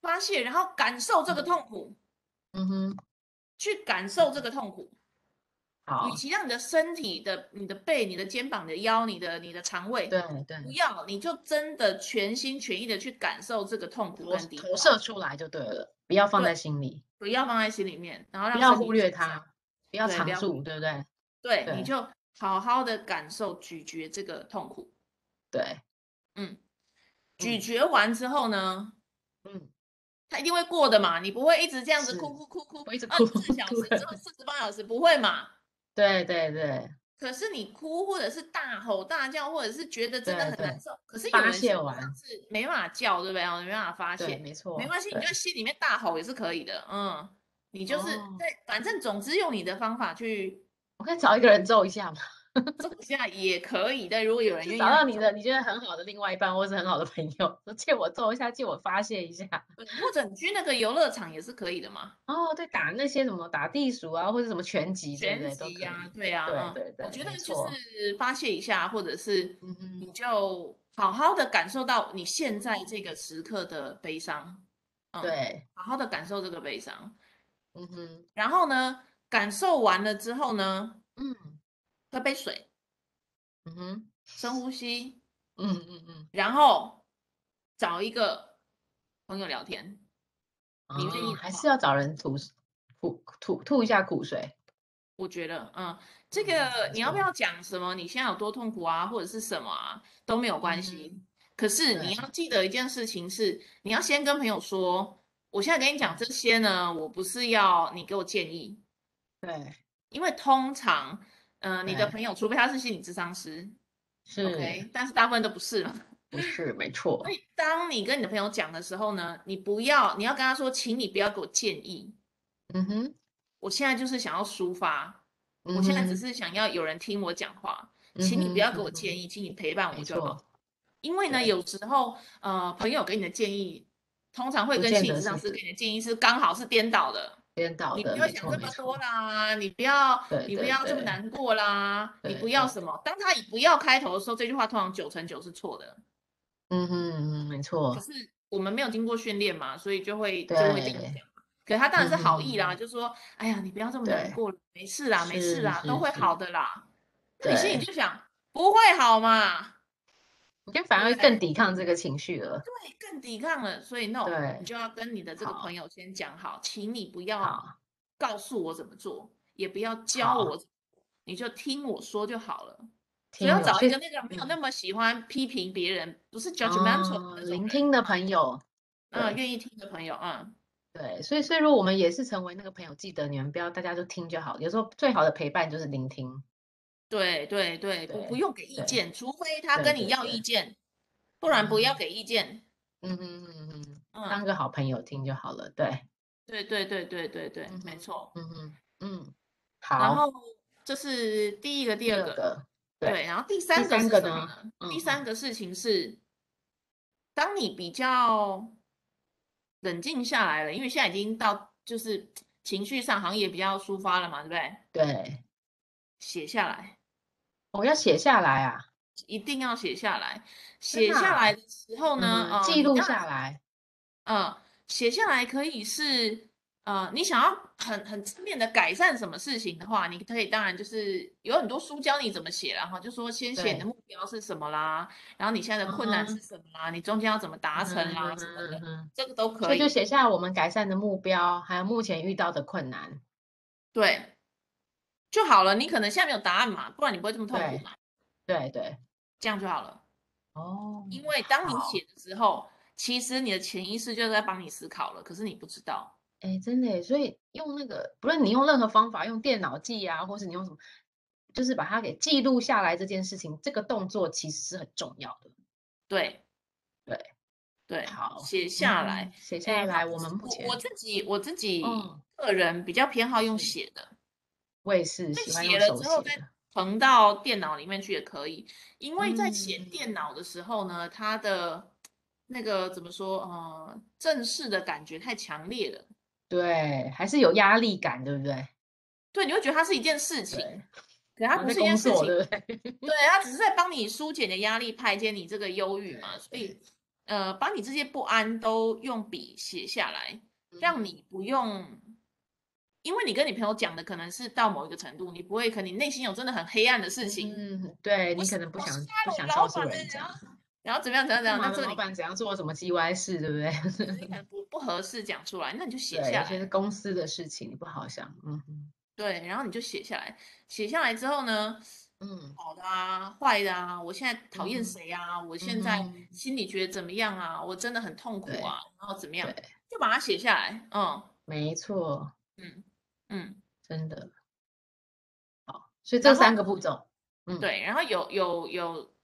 发泄，然后感受这个
嗯
痛苦，
嗯哼，
去感
嗯
受这个痛苦。与
好，
其让你的身体的、你的背、你的肩膀、你的腰、你的、你的肠胃，
对对，
不要，你就真的全心全意的去感受这个痛苦
投
跟低
投
潮，
射出来就对了，不要放
对，
在心里。
不要放在心里面，然后
不要
让身
忽
体
略
受伤，
它，不要
对，不
常
要忽
驻，
略
对不
它，
对？
对，你
对
就好好的感受、咀嚼这个痛苦，
对，
嗯，咀
嗯
嚼完之后呢，
嗯，
它一定会过的嘛，你不会一直这样子哭
是，
哭哭哭
我一直
二十
哭，
四小时之
对，
后四十八小时不会嘛，
对对对
可是你哭，或者是大吼大叫，或者是觉得真的
对
很难
对，
受。可是有
发
人生
泄
理上
完，
是没办法叫，对不对？哦没办法发
对，
泄，
没
没
错，
关系，你就在
对，
心里面大吼也是可以的。嗯，你就是
哦，
在，反正总之用你的方法去，
我可以找一个人揍一下吗？
中下也可以，但如果有人愿意
找到你
中
的你觉得很好的另外一半，或是很好的朋友，说借我揍一下，借我发泄一下。
或者你去那个游乐场也是可以的嘛，
哦，对，打那些什么打地鼠啊，或者什么拳击之类
拳
的都可
击
以。
呀，对呀，
对
嗯
对对
我觉
没
得就
错
是发泄一下，或者是
嗯哼，
你就好好的感受到你现在这个时刻的悲伤，嗯，，
对，
好好的感受这个悲伤，
嗯哼，
然后呢，感受完了之后呢，
嗯
喝杯水，
嗯哼，
深呼吸，
嗯嗯嗯，
然后找一个朋友聊天，你愿
哦
意的
还
话
是要找人吐吐吐吐一下苦水。
我觉得，嗯，这
嗯
个
没
你要不
错
要讲什么？你现在有多痛苦啊，或者是什么啊，都没有关系。可是你
嗯对
要记得一件事情是，你要先跟朋友说，我现在跟你讲这些呢，我不是要你给我建议，
对
因为通常，嗯、你的
对，
朋友，除非他是心理咨商师
是
，OK，但是大部分都不是嘛。
不是没
所
错？
以当你跟你的朋友讲的时候呢，你不要，你要跟他说，请你不要给我建议，
嗯哼，
我现在就是想要抒发，我
嗯
现在只
哼，
是想要有人听我讲话，
嗯
请你不
哼，
要给
嗯
我建
哼，
议，请你陪伴
没
我就好。
错，
因为呢，
对，
有时候呃，朋友给你的建议，通常会
不
跟
见
心理
得
咨商
是
师给你的建议是刚好是颠倒的。
颠倒
你不
的，
要
没
想
错
这
没
么多
错，
啦，你不要
对
你不
对
要这么
对
难过啦，你
对
不要
对
什
对，
么。当他以不要开头的时候，这句话通常九成九是错的。
嗯哼嗯哼，没
可
错，
是我们没有经过训练嘛，所以就会就会这样
对，
讲。可他当然
嗯
是
哼
好
嗯
意啦，
哼，
就说：“哎呀，你不要这么难
对，
过了，没事啦，没事
是
啦，都
是
会好
是，
的啦。”那你心里
对，
就想：“不会好嘛，
你就反
对
而
不
会
对？
更抵抗这个情绪了，
对，哎更抵抗了。”所以，no，你
对，
就要跟你的这个朋
好，
友先讲好，请你不要
好，
告诉我怎么做，也不要教
好，
我怎么做，你就听我说就好了。所
听
以要
我，
找
啊所
一个
以，
那个没有那
嗯，
么喜欢批评别人，不是 judgmental 的
哦，
那种
聆
人，
听的朋友，
嗯，
对
愿意听的朋友，嗯。
对，所以，所以如果我们也是成为那个朋友，记得你们不要大家就听就好，有时候最好的陪伴就是聆听，
对对对，不不
对，
用给意
对，
见，除非他
对
跟你
对
要意
对，
见，不然不要
嗯。
给意见。
嗯哼嗯哼，当
嗯，
个好朋友听就好了。对，
对对对对对对，
嗯
没
哼，
错。
嗯哼，嗯，
然
好，
后这是第一个、第
第
二
二
个，
个，对，
对。然后第
第
三个
三
是
个
什么
呢？
呢？
嗯
第三
嗯，
个事情是，当你比较冷静下来了，因为现在已经到就是情绪上好像也比较抒发了嘛，对不对？
对，
写下来。
我要写下来啊，
一定要写下来。
真
写
的
下来
啊，
的时候
嗯
呢，
哼，
呃，
记
你
录
当然
下来，
呃，写下来可以是呃，你想要很很正面的改善什么事情的话，你可以当然就是有很多书教你怎么写啦，哈，就说先写你
对，
的目标是什么啦，然后你现在的
嗯
困难是
哼，
什么啦，你中间要怎么达
嗯哼，
成啦
嗯
什么
哼，嗯
的，
哼，
这个都
所
可
以就
以。
写下我们改善的目标，还有目前遇到的困难。
对，就好了。你可能现在没有答案嘛，不然你不会这么痛苦
对，
嘛，
对，对，
这样就好了。
哦，
因为当你
好，
写的时候，其实你的潜意识就在帮你思考了，可是你不知道。
哎，真的耶，所以用那个，不论你用任何方法，用电脑记啊，或是你用什么，就是把它给记录下来这件事情，这个动作其实是很重要的。
对。
对，
对，
好，
写下来。
嗯，写
哎，
下
好，
来，我们目
我我
前，
自己我自己
嗯，
个人比较偏好用
是，
写的，
我也是
所以
喜欢用
写了
手
之后
写
再
的。
存到电脑里面去也可以。因为在
嗯
写
嗯，
电脑的时候呢，它的那个怎么说，呃，正式的感觉太强烈了。
对，还是有压力感，对不对？
对，你会觉得它是一件事情，
对，
可它
好像
不
在
是一件
工
事
作，
情。
对不对？
对，它只是在帮你疏解你的压力，排解你这个忧郁嘛，
对
所以，
对，
呃，把你这些不安都用笔写下来，让
嗯，
你不用，因为你跟你朋友讲的可能是到某一个程度，你不会，可能你内心有真的很黑暗的事情，
嗯，对，
我
你可
是
能不
我
想
杀
不
了我
想告
老
诉
板的，
人
然
家，
后 然后怎么样怎么样
干
怎样，那
嘛呢？
这个
老
你
板怎样做什么 GY 事，对不
可是你可
对？
能不不合适讲出来，那你 就写
对，
下
有些是
来，
公司的事情，你不好想。嗯哼
对，然后你就写下来，写下来之后呢，
嗯
好的啊，坏的啊，我现在讨
嗯
厌
哼
谁啊，我
嗯
现在
哼，
心里觉得怎么样啊，我真的很痛苦
对
啊，然后怎么样，
对，
就把它写下来，嗯
没错，
嗯嗯，
真的好。所以这
然后
三个步骤，嗯，
对，然后有有有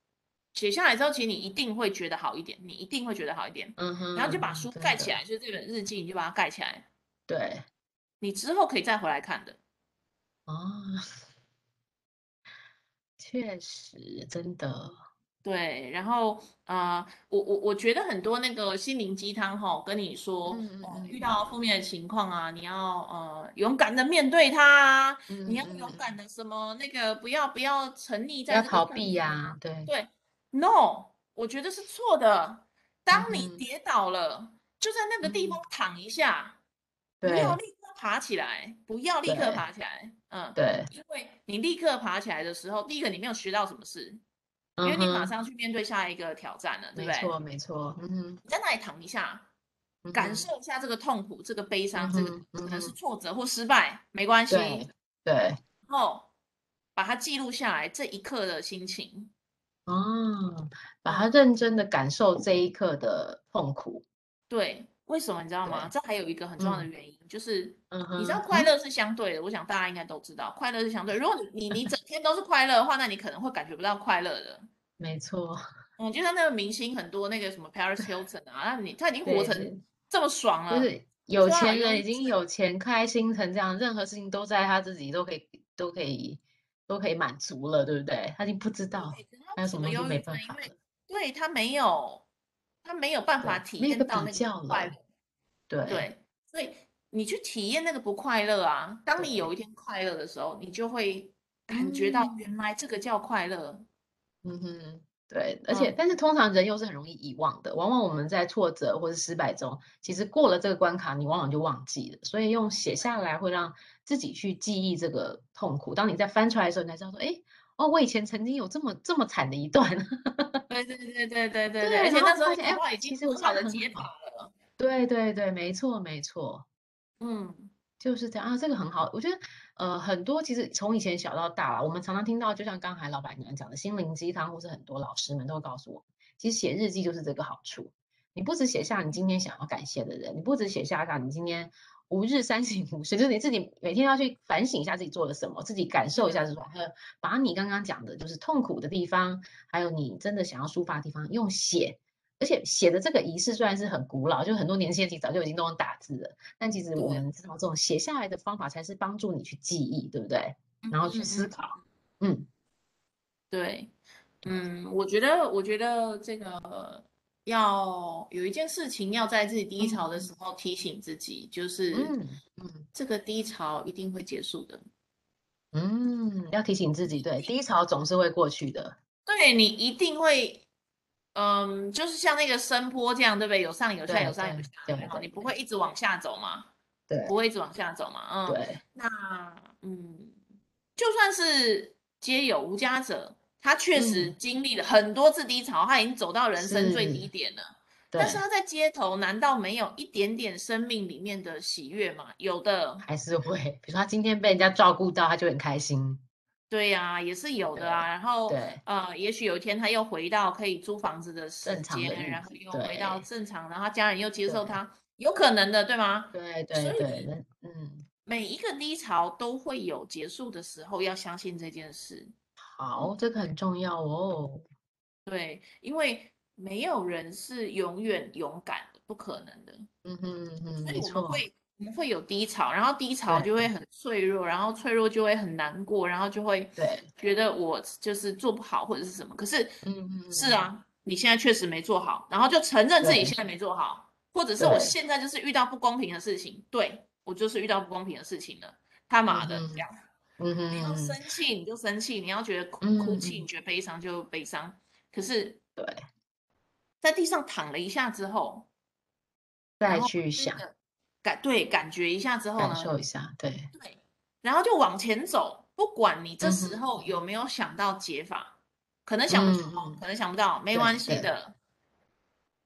写下来之后，其实你一定会觉得好一点，你一定会觉得好一点，
嗯
然后就
哼，
把
嗯
书
真
盖起
的，
来，就是这本日记，你就把它盖起来，
对
你之后可以再回来看的。
啊，哦确实，真的，
对，然后呃，我我我觉得很多那个心灵鸡汤吼，跟你说，
嗯
呃，
嗯
遇到负面的情况啊，你要呃勇敢的面对它啊，你
嗯
要
嗯
勇
嗯，
敢的什么那个不要不要沉溺
不
在
要
这个
逃
感
避
情
呀、
啊，
对，
对，no，我觉得是错的。
嗯
当你
哼，
跌倒了，就在那个地方
嗯，
躺一下，不要
对
立刻爬起来，不要立刻
对
爬起来，嗯，
对，
因为你立刻爬起来的时候，第一个你没有学到什么事，因
嗯
为你马
哼，
上去面对下一个挑战了，对不
没
对？
错没错，嗯哼
你在那里躺一下，
嗯
感
哼
受一下这个痛苦、这个悲
嗯
伤、这个
哼嗯
可能是
哼，
挫折或失败，没关系，
对对，
然后把它记录下来这一刻的心情。
哦，把它
嗯，
认真的感受这一刻的痛苦，
对，为什么你知道吗？
对，
这还有一个很重要的
嗯
原因，就是
嗯
你知道
哼，
快
嗯，
乐是相对的，我想大家应该都知道，快乐是相对的。如果你你你整天都是快乐的话，那你可能会感觉不到快乐的。
没错，
嗯，就像那个明星很多那个什么 Paris Hilton 啊，那你他已经活
对
成
对。
这么爽
就
了，
是
你
有
说他好
钱人
像
已经
是
有钱开心成这样，任何事情都在他自己都可以都可以都可以满足了，对不对？他已经不知
对，
道
然后
还有
为
什
什
么
么
东西
忧郁
没办
症？因
法
为
了，
对他没有，他没有办法
对，
体
没有一个
验到
比
那个
较
不快乐，
了，对
对，所以你去体验那个不快乐啊。当你有
对，
一天快乐的时候，你就会感觉到
嗯
原来这个叫快乐。
嗯哼，对，而且
嗯，
但是通常人又是很容易遗忘的，往往我们在挫折或是失败中，其实过了这个关卡，你往往就忘记了，所以用写下来会让自己去记忆这个痛苦。当你再翻出来的时候，你才知道说，哎，哦，我以前曾经有这么这么惨的一段。
对对对对对对对，
对，
而且
然
那
后
时
发
候
现，
搞
哎，
不好已经
其实
很
我
好
讲的
的
很
解法
好。
了。
对对对，没错没错，
嗯，
就是这样啊，这个很好。我觉得，呃，很多其实从以前小到大啦，我们常常听到，就像刚才老板娘讲的心灵鸡汤，或是很多老师们都会告诉我们，其实写日记就是这个好处。你不只写下你今天想要感谢的人，你不只写下下你今天吾日三省吾身，就是你自己每天要去反省一下自己做了什么，自己感受一下
对
是什么，还有把你刚刚讲的就是痛苦的地方，还有你真的想要抒发的地方，用写。而且写的这个仪式虽然是很古老，就很多年轻人其实早就已经都用打字了，但其实我
对，
们知道这种写下来的方法才是帮助你去记忆，对不对？
嗯
然后去
嗯
思
嗯，
考，嗯，
对，
对，
嗯，我觉得，我觉得这个要有一件事情要在自己低潮的
嗯
时候提醒自己，就是
嗯嗯
这个低潮一定会结束的。
嗯，要提醒自己，对，低潮总是会过去的，
对你一定会，嗯，就是像那个声波这样，对不对？有上有下，有
对
上有
对
下，
对
然后
对
你不
对
会一直往下走嘛，不
对
会一直往下走嘛，嗯，
对，
那嗯，就算是皆有无家者，他确实
嗯，
经历了很多次低潮，他已经走到人生最低
是，
点了。但是
对，
他在街头，难道没有一点点生命里面的喜悦吗？有的，
还是会，比如说他今天被人家照顾到，他就很开心，
对呀、也是有的啊。
对
然后，
对，
呃，也许有一天他又回到可以租房子的时
正常
间，
的日
然后
子，
又回到
对
正常，然后他家人又接受
对
他，有可能的，对吗？
对
所
对对，
以
那嗯，
每一个低潮都会有结束的时候，要相信这件事。
好，这个很重要哦，
对，因为没有人是永远勇敢的，不可能的。
嗯哼嗯哼，
所以
没
我们
错，
会我们会有低潮，然后低潮就
对
会很脆弱，然后脆弱就会很难过，然后就会
对，
觉得我就是做不好或者是什么。可是
嗯
是
嗯，
啊，你现在确实没做好，然后就承认自己现
对
在没做好，或者是我
对，
现在就是遇到不公平的事情，对，我就是遇到不公平的事情了，他
嗯
妈的这
哼
样。
嗯
你要
哼。
生气你就生气，你要觉得哭哭
嗯
泣，你
嗯，
觉得悲伤就悲伤。可是，
对，
在地上躺了一下之后，然
再
后
去
真
想
的感对感觉一下之后
感
呢，
受一下，对，
对，然后就往前走，不管你这
嗯
时
哼，
候有没有想到解法，可能想不到，
嗯嗯，
可能想不到，没关
对
系
对，
的，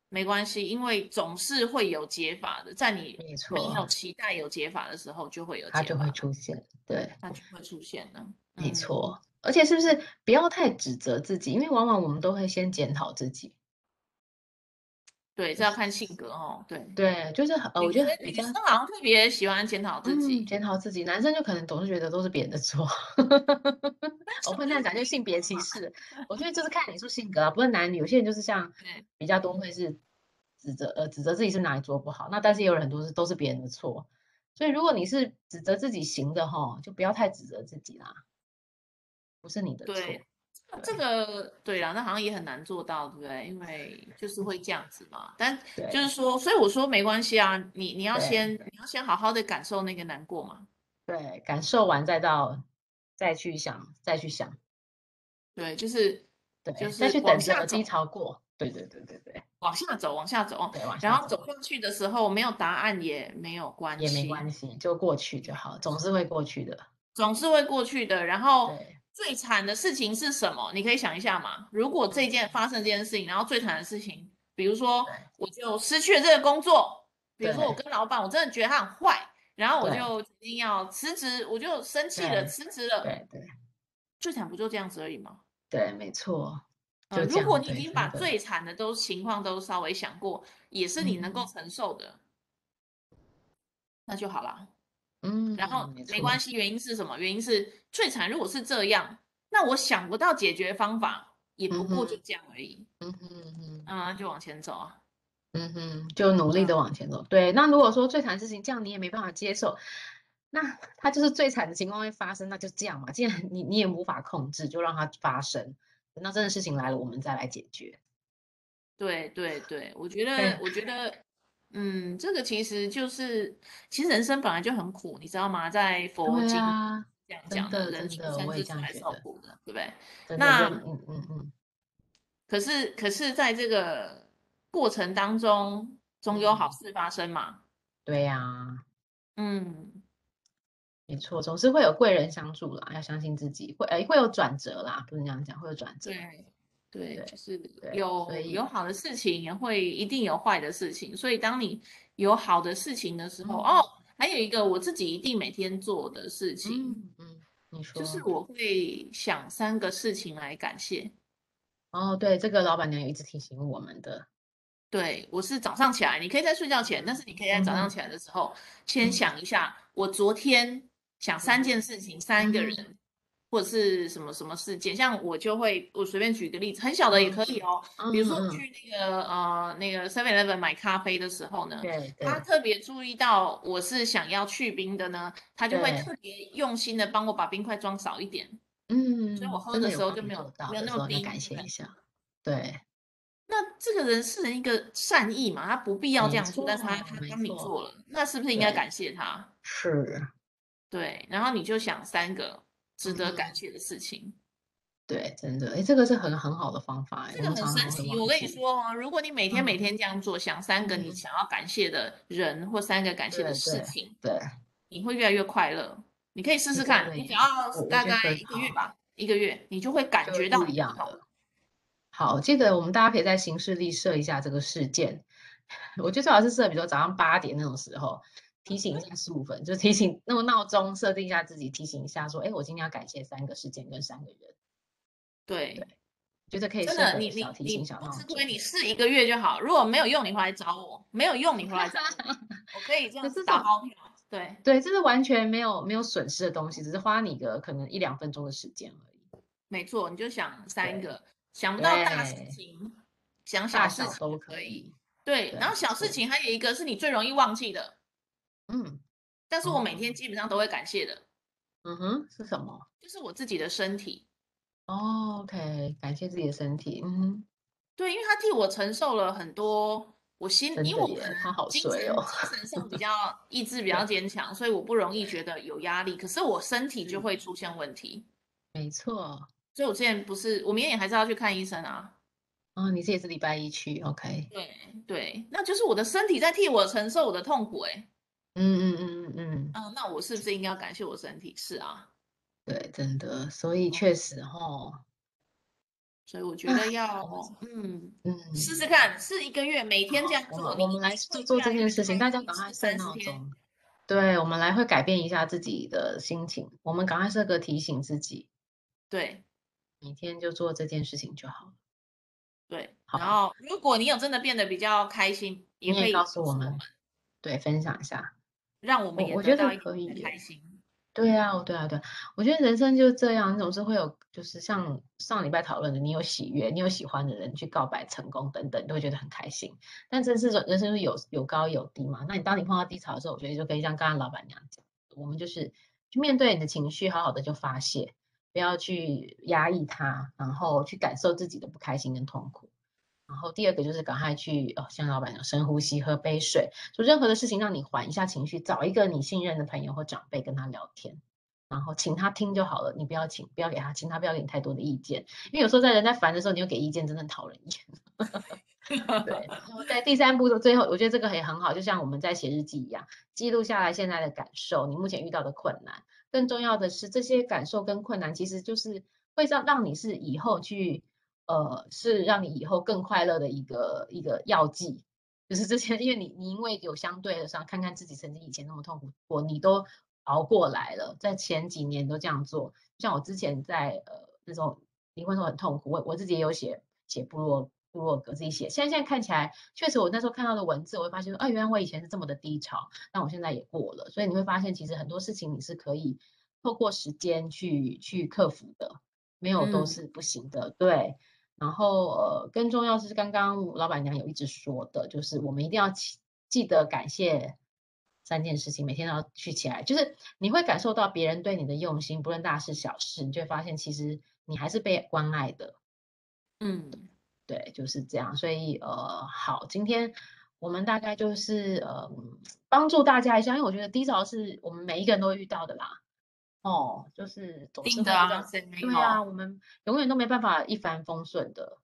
没关系，因为总是会有解法的，在你
没
没有
错，
期待有解法的时候，就会有
它
解
就会
法，
出现，对，
它就会出现了。
没
嗯，
错。而且是不是不要太指责自己，因为往往我们都会先检讨自己，
对，
就
这要
是
看性格哦。对，
对，就是很呃，我
女
觉
生
得比
女
较
生好像特别喜欢检讨自
嗯
己，
检讨自己，男生就可能总是觉得都是别人的错。
但
我
是
不能这
没
样
有
讲，就
必
性别歧
要
视。我觉得就是看你是性格啊，不是男女。有些人就是像
对，
比较多会是指责呃指责自己是哪里做不好，那但是也有很多是都是别人的错。所以如果你是指责自己行的哈，就不要太指责自己啦，不是你的
对，
错。
这个对啦，那好像也很难做到，对不对？因为就是会这样子嘛。但
对
就是说，所以我说没关系啊，你你要
对
先你要先好好的感受那个难过嘛。
对，感受完再到再去想，再去想，
对，就是
对，
就
再
是
去
往
等
下
着
走
低潮过。对对对对对，
往下走，往下走，
对，往
然
下
后走上去的时候没有答案也没有关
也没
系，
关系，就过去就好，总是会过去的。
总是会过去的。然后
对，
最惨的事情是什么？你可以想一下嘛。如果这件发生这件事情，然后最惨的事情，比如说
嗯对
我就失去了这个工作，比如说我
对
跟老板，我真的觉得他很坏，然后我
对
就决定要辞职，我就生气了，
对
辞职了。
对对
最惨不就这样子而已吗？
对，没错。
呃，
就这
如果
样
你已
对
经
真
把
的
最惨的都情况都稍微想过，也是你能够
嗯
承受的，那就好啦。
嗯，
然后
没
没关
系，
系，原因是什么？原因是最惨。如果是这样，那我想不到解决方法，也不过就
嗯
这样而已。
嗯哼嗯哼
嗯、就往前走啊。
嗯哼，就努力的往前走。对，那如果说最惨的事情这样你也没办法接受，那它就是最惨的情况会发生，那就这样嘛。既然你你也无法控制，就让它发生。等到真的事情来了，我们再来解决。
对对对，我觉
对
得，我觉得，嗯，这个其实就是，其实人生本来就很苦，你知道吗？在佛
对
经
啊，
这样
真
讲的，
的
人
真
出
的
生
我也
就是
这样
来
觉
受
得
苦的，对不对？
真的
那
就嗯嗯嗯，
可是，可是在这个过程当中，总有好
嗯
事发生嘛。
对呀，
嗯，
没错，总是会有贵人相助啦，要相信自己，会哎会有转折啦，不能这样讲，会有转折。
对，对，
对
就是
对
有
所
有
以
好的事情，也会一定有坏的事情。所以，当你有好的事情的时候，
嗯
哦，还有一个我自己一定每天做的事情，
嗯嗯，你说
就是我会想三个事情来感谢。
哦，对，这个老板娘有一直提醒我们的。
对，我是早上起来，你可以在睡觉前，但是你可以在
嗯
早上
哼
起来的时候，先
嗯
想一下，我昨天想三
嗯
件事情，三个
嗯
人，或者是什么什么事件，像我就会，我随便举个例子，很小
嗯
的也可以哦，比如说我
嗯嗯，
去那个呃那个 Seven Eleven 买咖啡的时候呢，
嗯对对
他特别注意到我是想要去冰的呢，他就会
对
特别用心的帮我把冰块装少一点，所以我
嗯，
喝
真
的
的有
时候
帮
就
你
没
做
有
到
没有
的
那
时
么
候，要
冰，
感谢
对
一下。对，
那这个人是人一个善意嘛，他不必要这
没
样做，但是他
错，
他
没
帮你
错，
做了，那是不是应该
对，
感谢他？
是，
对，然后你就想三个值
嗯
得感
哼，
谢的事情，
对，真的，哎，这个是很很好的方法，哎，
这
我
个
们
很
常
神
常会
奇。我
忘
跟你
记。
说哦，如果你每天每
嗯
天这样做，想三个你
嗯，
想要感谢的人或三个感谢的
对
事
对
情，
对，
你会越来越快乐。你可以试
是
试
真
看，
的
你只
耶，
要
我我
大
觉得
概
很
一个月
好，
吧，一个月你就会感
就会
觉到
不
你
一
不
样
同
了。好，记得我们大家可以在行事历设一下这个事件。 我觉得最好是设，比如说早上八点那种时候，提醒一下十五分，就提醒那个闹钟设定一下自己，提醒一下说，哎，我今天要感谢三个事件跟三个人，
对，
觉得可以
真
设
的，
个
你
小
你
提醒、
你
小
不
闹
吃亏，
钟。
你试一个月就好。如果没有用，你回来找我；没有用，你回来找我，我可以
可
这样
是
子
这
打
种
包票。对
对，这是完全没有没有损失的东西，只是花你个可能一两分钟的时间而已。
没错，你就想三
对
个，想不到大事
对，
情，想
大
小事
小
情
都
也
可
可以。
以。
对，
对，
然后
没
小事
错。
情还有一个是你最容易忘记的，
嗯，
但是我每
哦，
天基本上都会感谢的，
嗯哼，是什么？
就是我自己的身体。
哦，OK，感谢自己的身体。嗯哼，
对，因为他替我承受了很多我心，
真
因为
的
我可
耶，
能
他好
精
衰
神
哦。
精神上比较意志比较
对，
坚强，所以我不容易觉得有压力，可是我身体就
嗯，
会出现问题。
没错。
所以我之前不是，我明天也还是要去看医生啊。
哦，你这也是礼拜一去，OK。
对对，那就是我的身体在替我承受我的痛苦、欸，哎，
嗯嗯嗯嗯嗯，
嗯，那我是不是应该要感谢我身体？是啊，
对，真的，所以
嗯，
确实哦哈，
所以我觉得
啊，
要，
我们
嗯，试试
嗯，
看，试一个月，每天这
好，
样
我
做，
们
你
我
一
们来
定
做做
会越
这
来
件
越
事情，大
开
家
心，
赶快
是
设
三十
闹
天。
钟。对，我们来会改变一下自己的心情，我们赶快设个提醒自己，
对
每天就做这件事情就好了。
对，然
好，
后如果你有真的变得比较开心，也
你
可
也
以
告诉我
告诉我
们，
们，
对，分享一下，
让我们
我
也
我
得
觉得
到一点
可以
点的开
耶。
心。
对啊，对啊，对啊，我觉得人生就是这样，你总是会有，就是像上礼拜讨论的，你有喜悦，你有喜欢的人你去告白成功等等，你都会觉得很开心。但这是人生就是有有高有低嘛。那你当你碰到低潮的时候，我觉得就可以像刚刚老板娘讲，我们就是去面对你的情绪，好好的就发泄，不要去压抑它，然后去感受自己的不开心跟痛苦。然后第二个就是赶快去哦，像老板讲，深呼吸，喝杯水，做任何的事情让你缓一下情绪，找一个你信任的朋友或长辈跟他聊天，然后请他听就好了，你不要请，不要给他，请他不要给你太多的意见，因为有时候在人在烦的时候，你又给意见，真的很讨人厌。 对，然后在第三步的最后，我觉得这个也很好，就像我们在写日记一样，记录下来现在的感受，你目前遇到的困难。更重要的是，这些感受跟困难，其实就是会让让你是以后去，呃，是让你以后更快乐的一个一个药剂。就是这些，因为你你因为有相对的上，看看自己曾经以前那么痛苦过，你都熬过来了，在前几年都这样做。就像我之前在呃那种离婚时候很痛苦，我我自己也有写写部落部落格自己写，现在现在看起来，确实我那时候看到的文字，我会发现说，啊，原来我以前是这么的低潮，但我现在也过了。所以你会发现，其实很多事情你是可以透过时间去去克服的，没有都
嗯
是不行的。对，然后呃，更重要是刚刚老板娘有一直说的，就是我们一定要记记得感谢三件事情，每天都要去起来，就是你会感受到别人对你的用心，不论大事小事，你就会发现其实你还是被关爱的。
嗯，
对，就是这样。所以呃，好，今天我们大概就是呃，帮助大家一下，因为我觉得低潮是我们每一个人都会遇到的啦。哦，就是总是
定
会
的
遇
啊，
到，
谁没
对啊，
有？
我们永远都没办法一帆风顺的。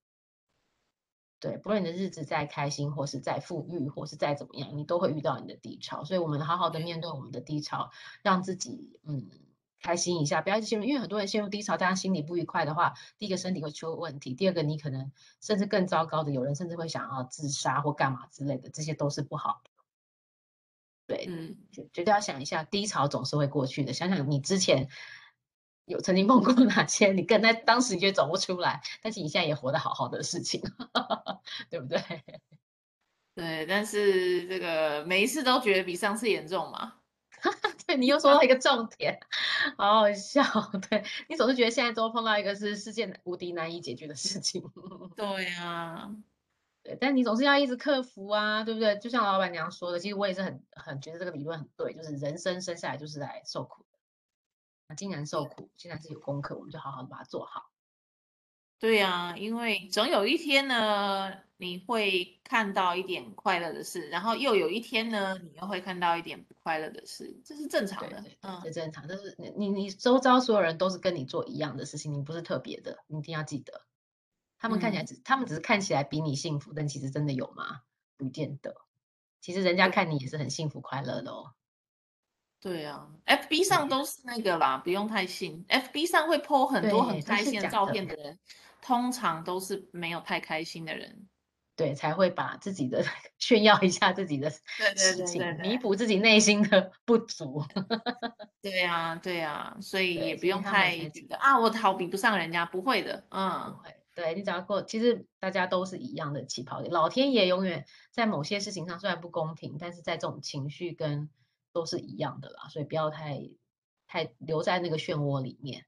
对，不论你的日子再开心，或是再富裕，或是再怎么样，你都会遇到你的低潮。所以，我们好好的面对我们的低潮，让自己嗯开心一下，不要一直陷入。因为很多人陷入低潮，大家心里不愉快的话，第一个身体会出问题，第二个你可能甚至更糟糕的，有人甚至会想要自杀或干嘛之类的，这些都是不好的。对，
嗯，
就绝对要想一下，低潮总是会过去的。想想你之前有曾经碰过哪些你跟在当时你觉得走不出来，但是你现在也活得好好的事情， 对 不对？
对，但是这个每一次都觉得比上次严重嘛。
对你又说到一个重点，好好笑。对你总是觉得现在都碰到一个是世界难无敌难以解决的事情，
对啊，
对，但你总是要一直克服啊，对不对？就像老板娘说的，其实我也是很很觉得这个理论很对，就是人生生下来就是来受苦的，那既然受苦，既然是有功课，我们就好好的把它做好。
对呀，因为总有一天呢，你会看到一点快乐的事，然后又有一天呢，你又会看到一点不快乐的事，这是正常
对
的。
对对，
嗯，
这正常。但是你你你周遭所有人都是跟你做一样的事情，你不是特别的，你一定要记得。他们看起来
嗯，
只，他们只是看起来比你幸福，但其实真的有吗？不一定的。其实人家
对
看你也是很幸福快乐的哦。
对啊，FB 上
对
都是那个啦，不用太信。FB 上会 po 很多很
对，都
开
是
心的
假
照
的，
片的人，通常都是没有太开心的人。
对，才会把自己的 炫耀一下自己的
对对
事
对
情，
对对，
弥补自己内心的不足。
对呀，对呀，所以也
对，
不
所以
用
他们
太
才
觉
知
得
道。
啊，我好比不上人家，不会的，
不
嗯，
会，对你只要过，其实大家都是一样的起跑点。老天爷永远在某些事情上虽然不公平，但是在这种情绪跟都是一样的啦，所以不要太太留在那个漩涡里面。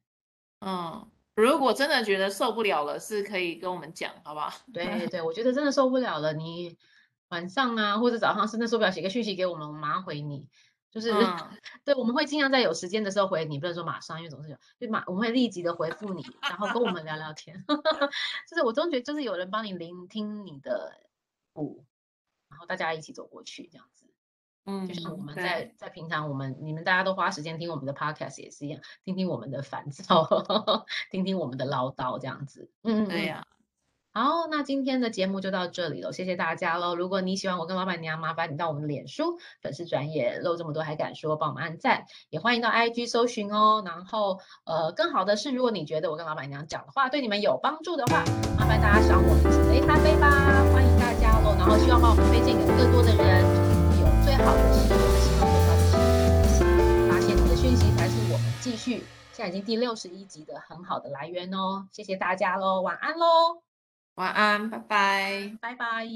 嗯，如果真的觉得受不了了，是可以跟我们讲，好不好？
对对，我觉得真的受不了了，你晚上啊或者早上，甚至受不了，写个讯息给我们，我们马上回你。就是
嗯，
对，我们会尽量在有时间的时候回你，不能说马上，因为总是有，就马我们会立即的回复你，然后跟我们聊聊天。 就是我终觉得就是有人帮你聆听你的苦，然后大家一起走过去，这样子。 就像我
嗯，
们在
对，
在平常我们你们大家都花时间听我们的 podcast 也是一样，听听我们的烦躁， 听听我们的唠叨，这样子。嗯嗯
对
嗯。
呀，
好，那今天的节目就到这里了，谢谢大家喽！如果你喜欢我跟老板娘，麻烦你到我们的脸书粉丝专业露这么多还敢说，帮我们按赞，也欢迎到 IG 搜寻哦。然后，呃，更好的是，如果你觉得我跟老板娘讲的话对你们有帮助的话，麻烦大家赏我们几杯咖啡吧，欢迎大家喽！然后希望帮我们推荐给更多的人，有最好的事，我们希望得到的是发现你的讯息才是我们继续。现在已经第六十一集的很好的来源哦，谢谢大家喽，晚安喽。
晚安，拜拜。
拜拜。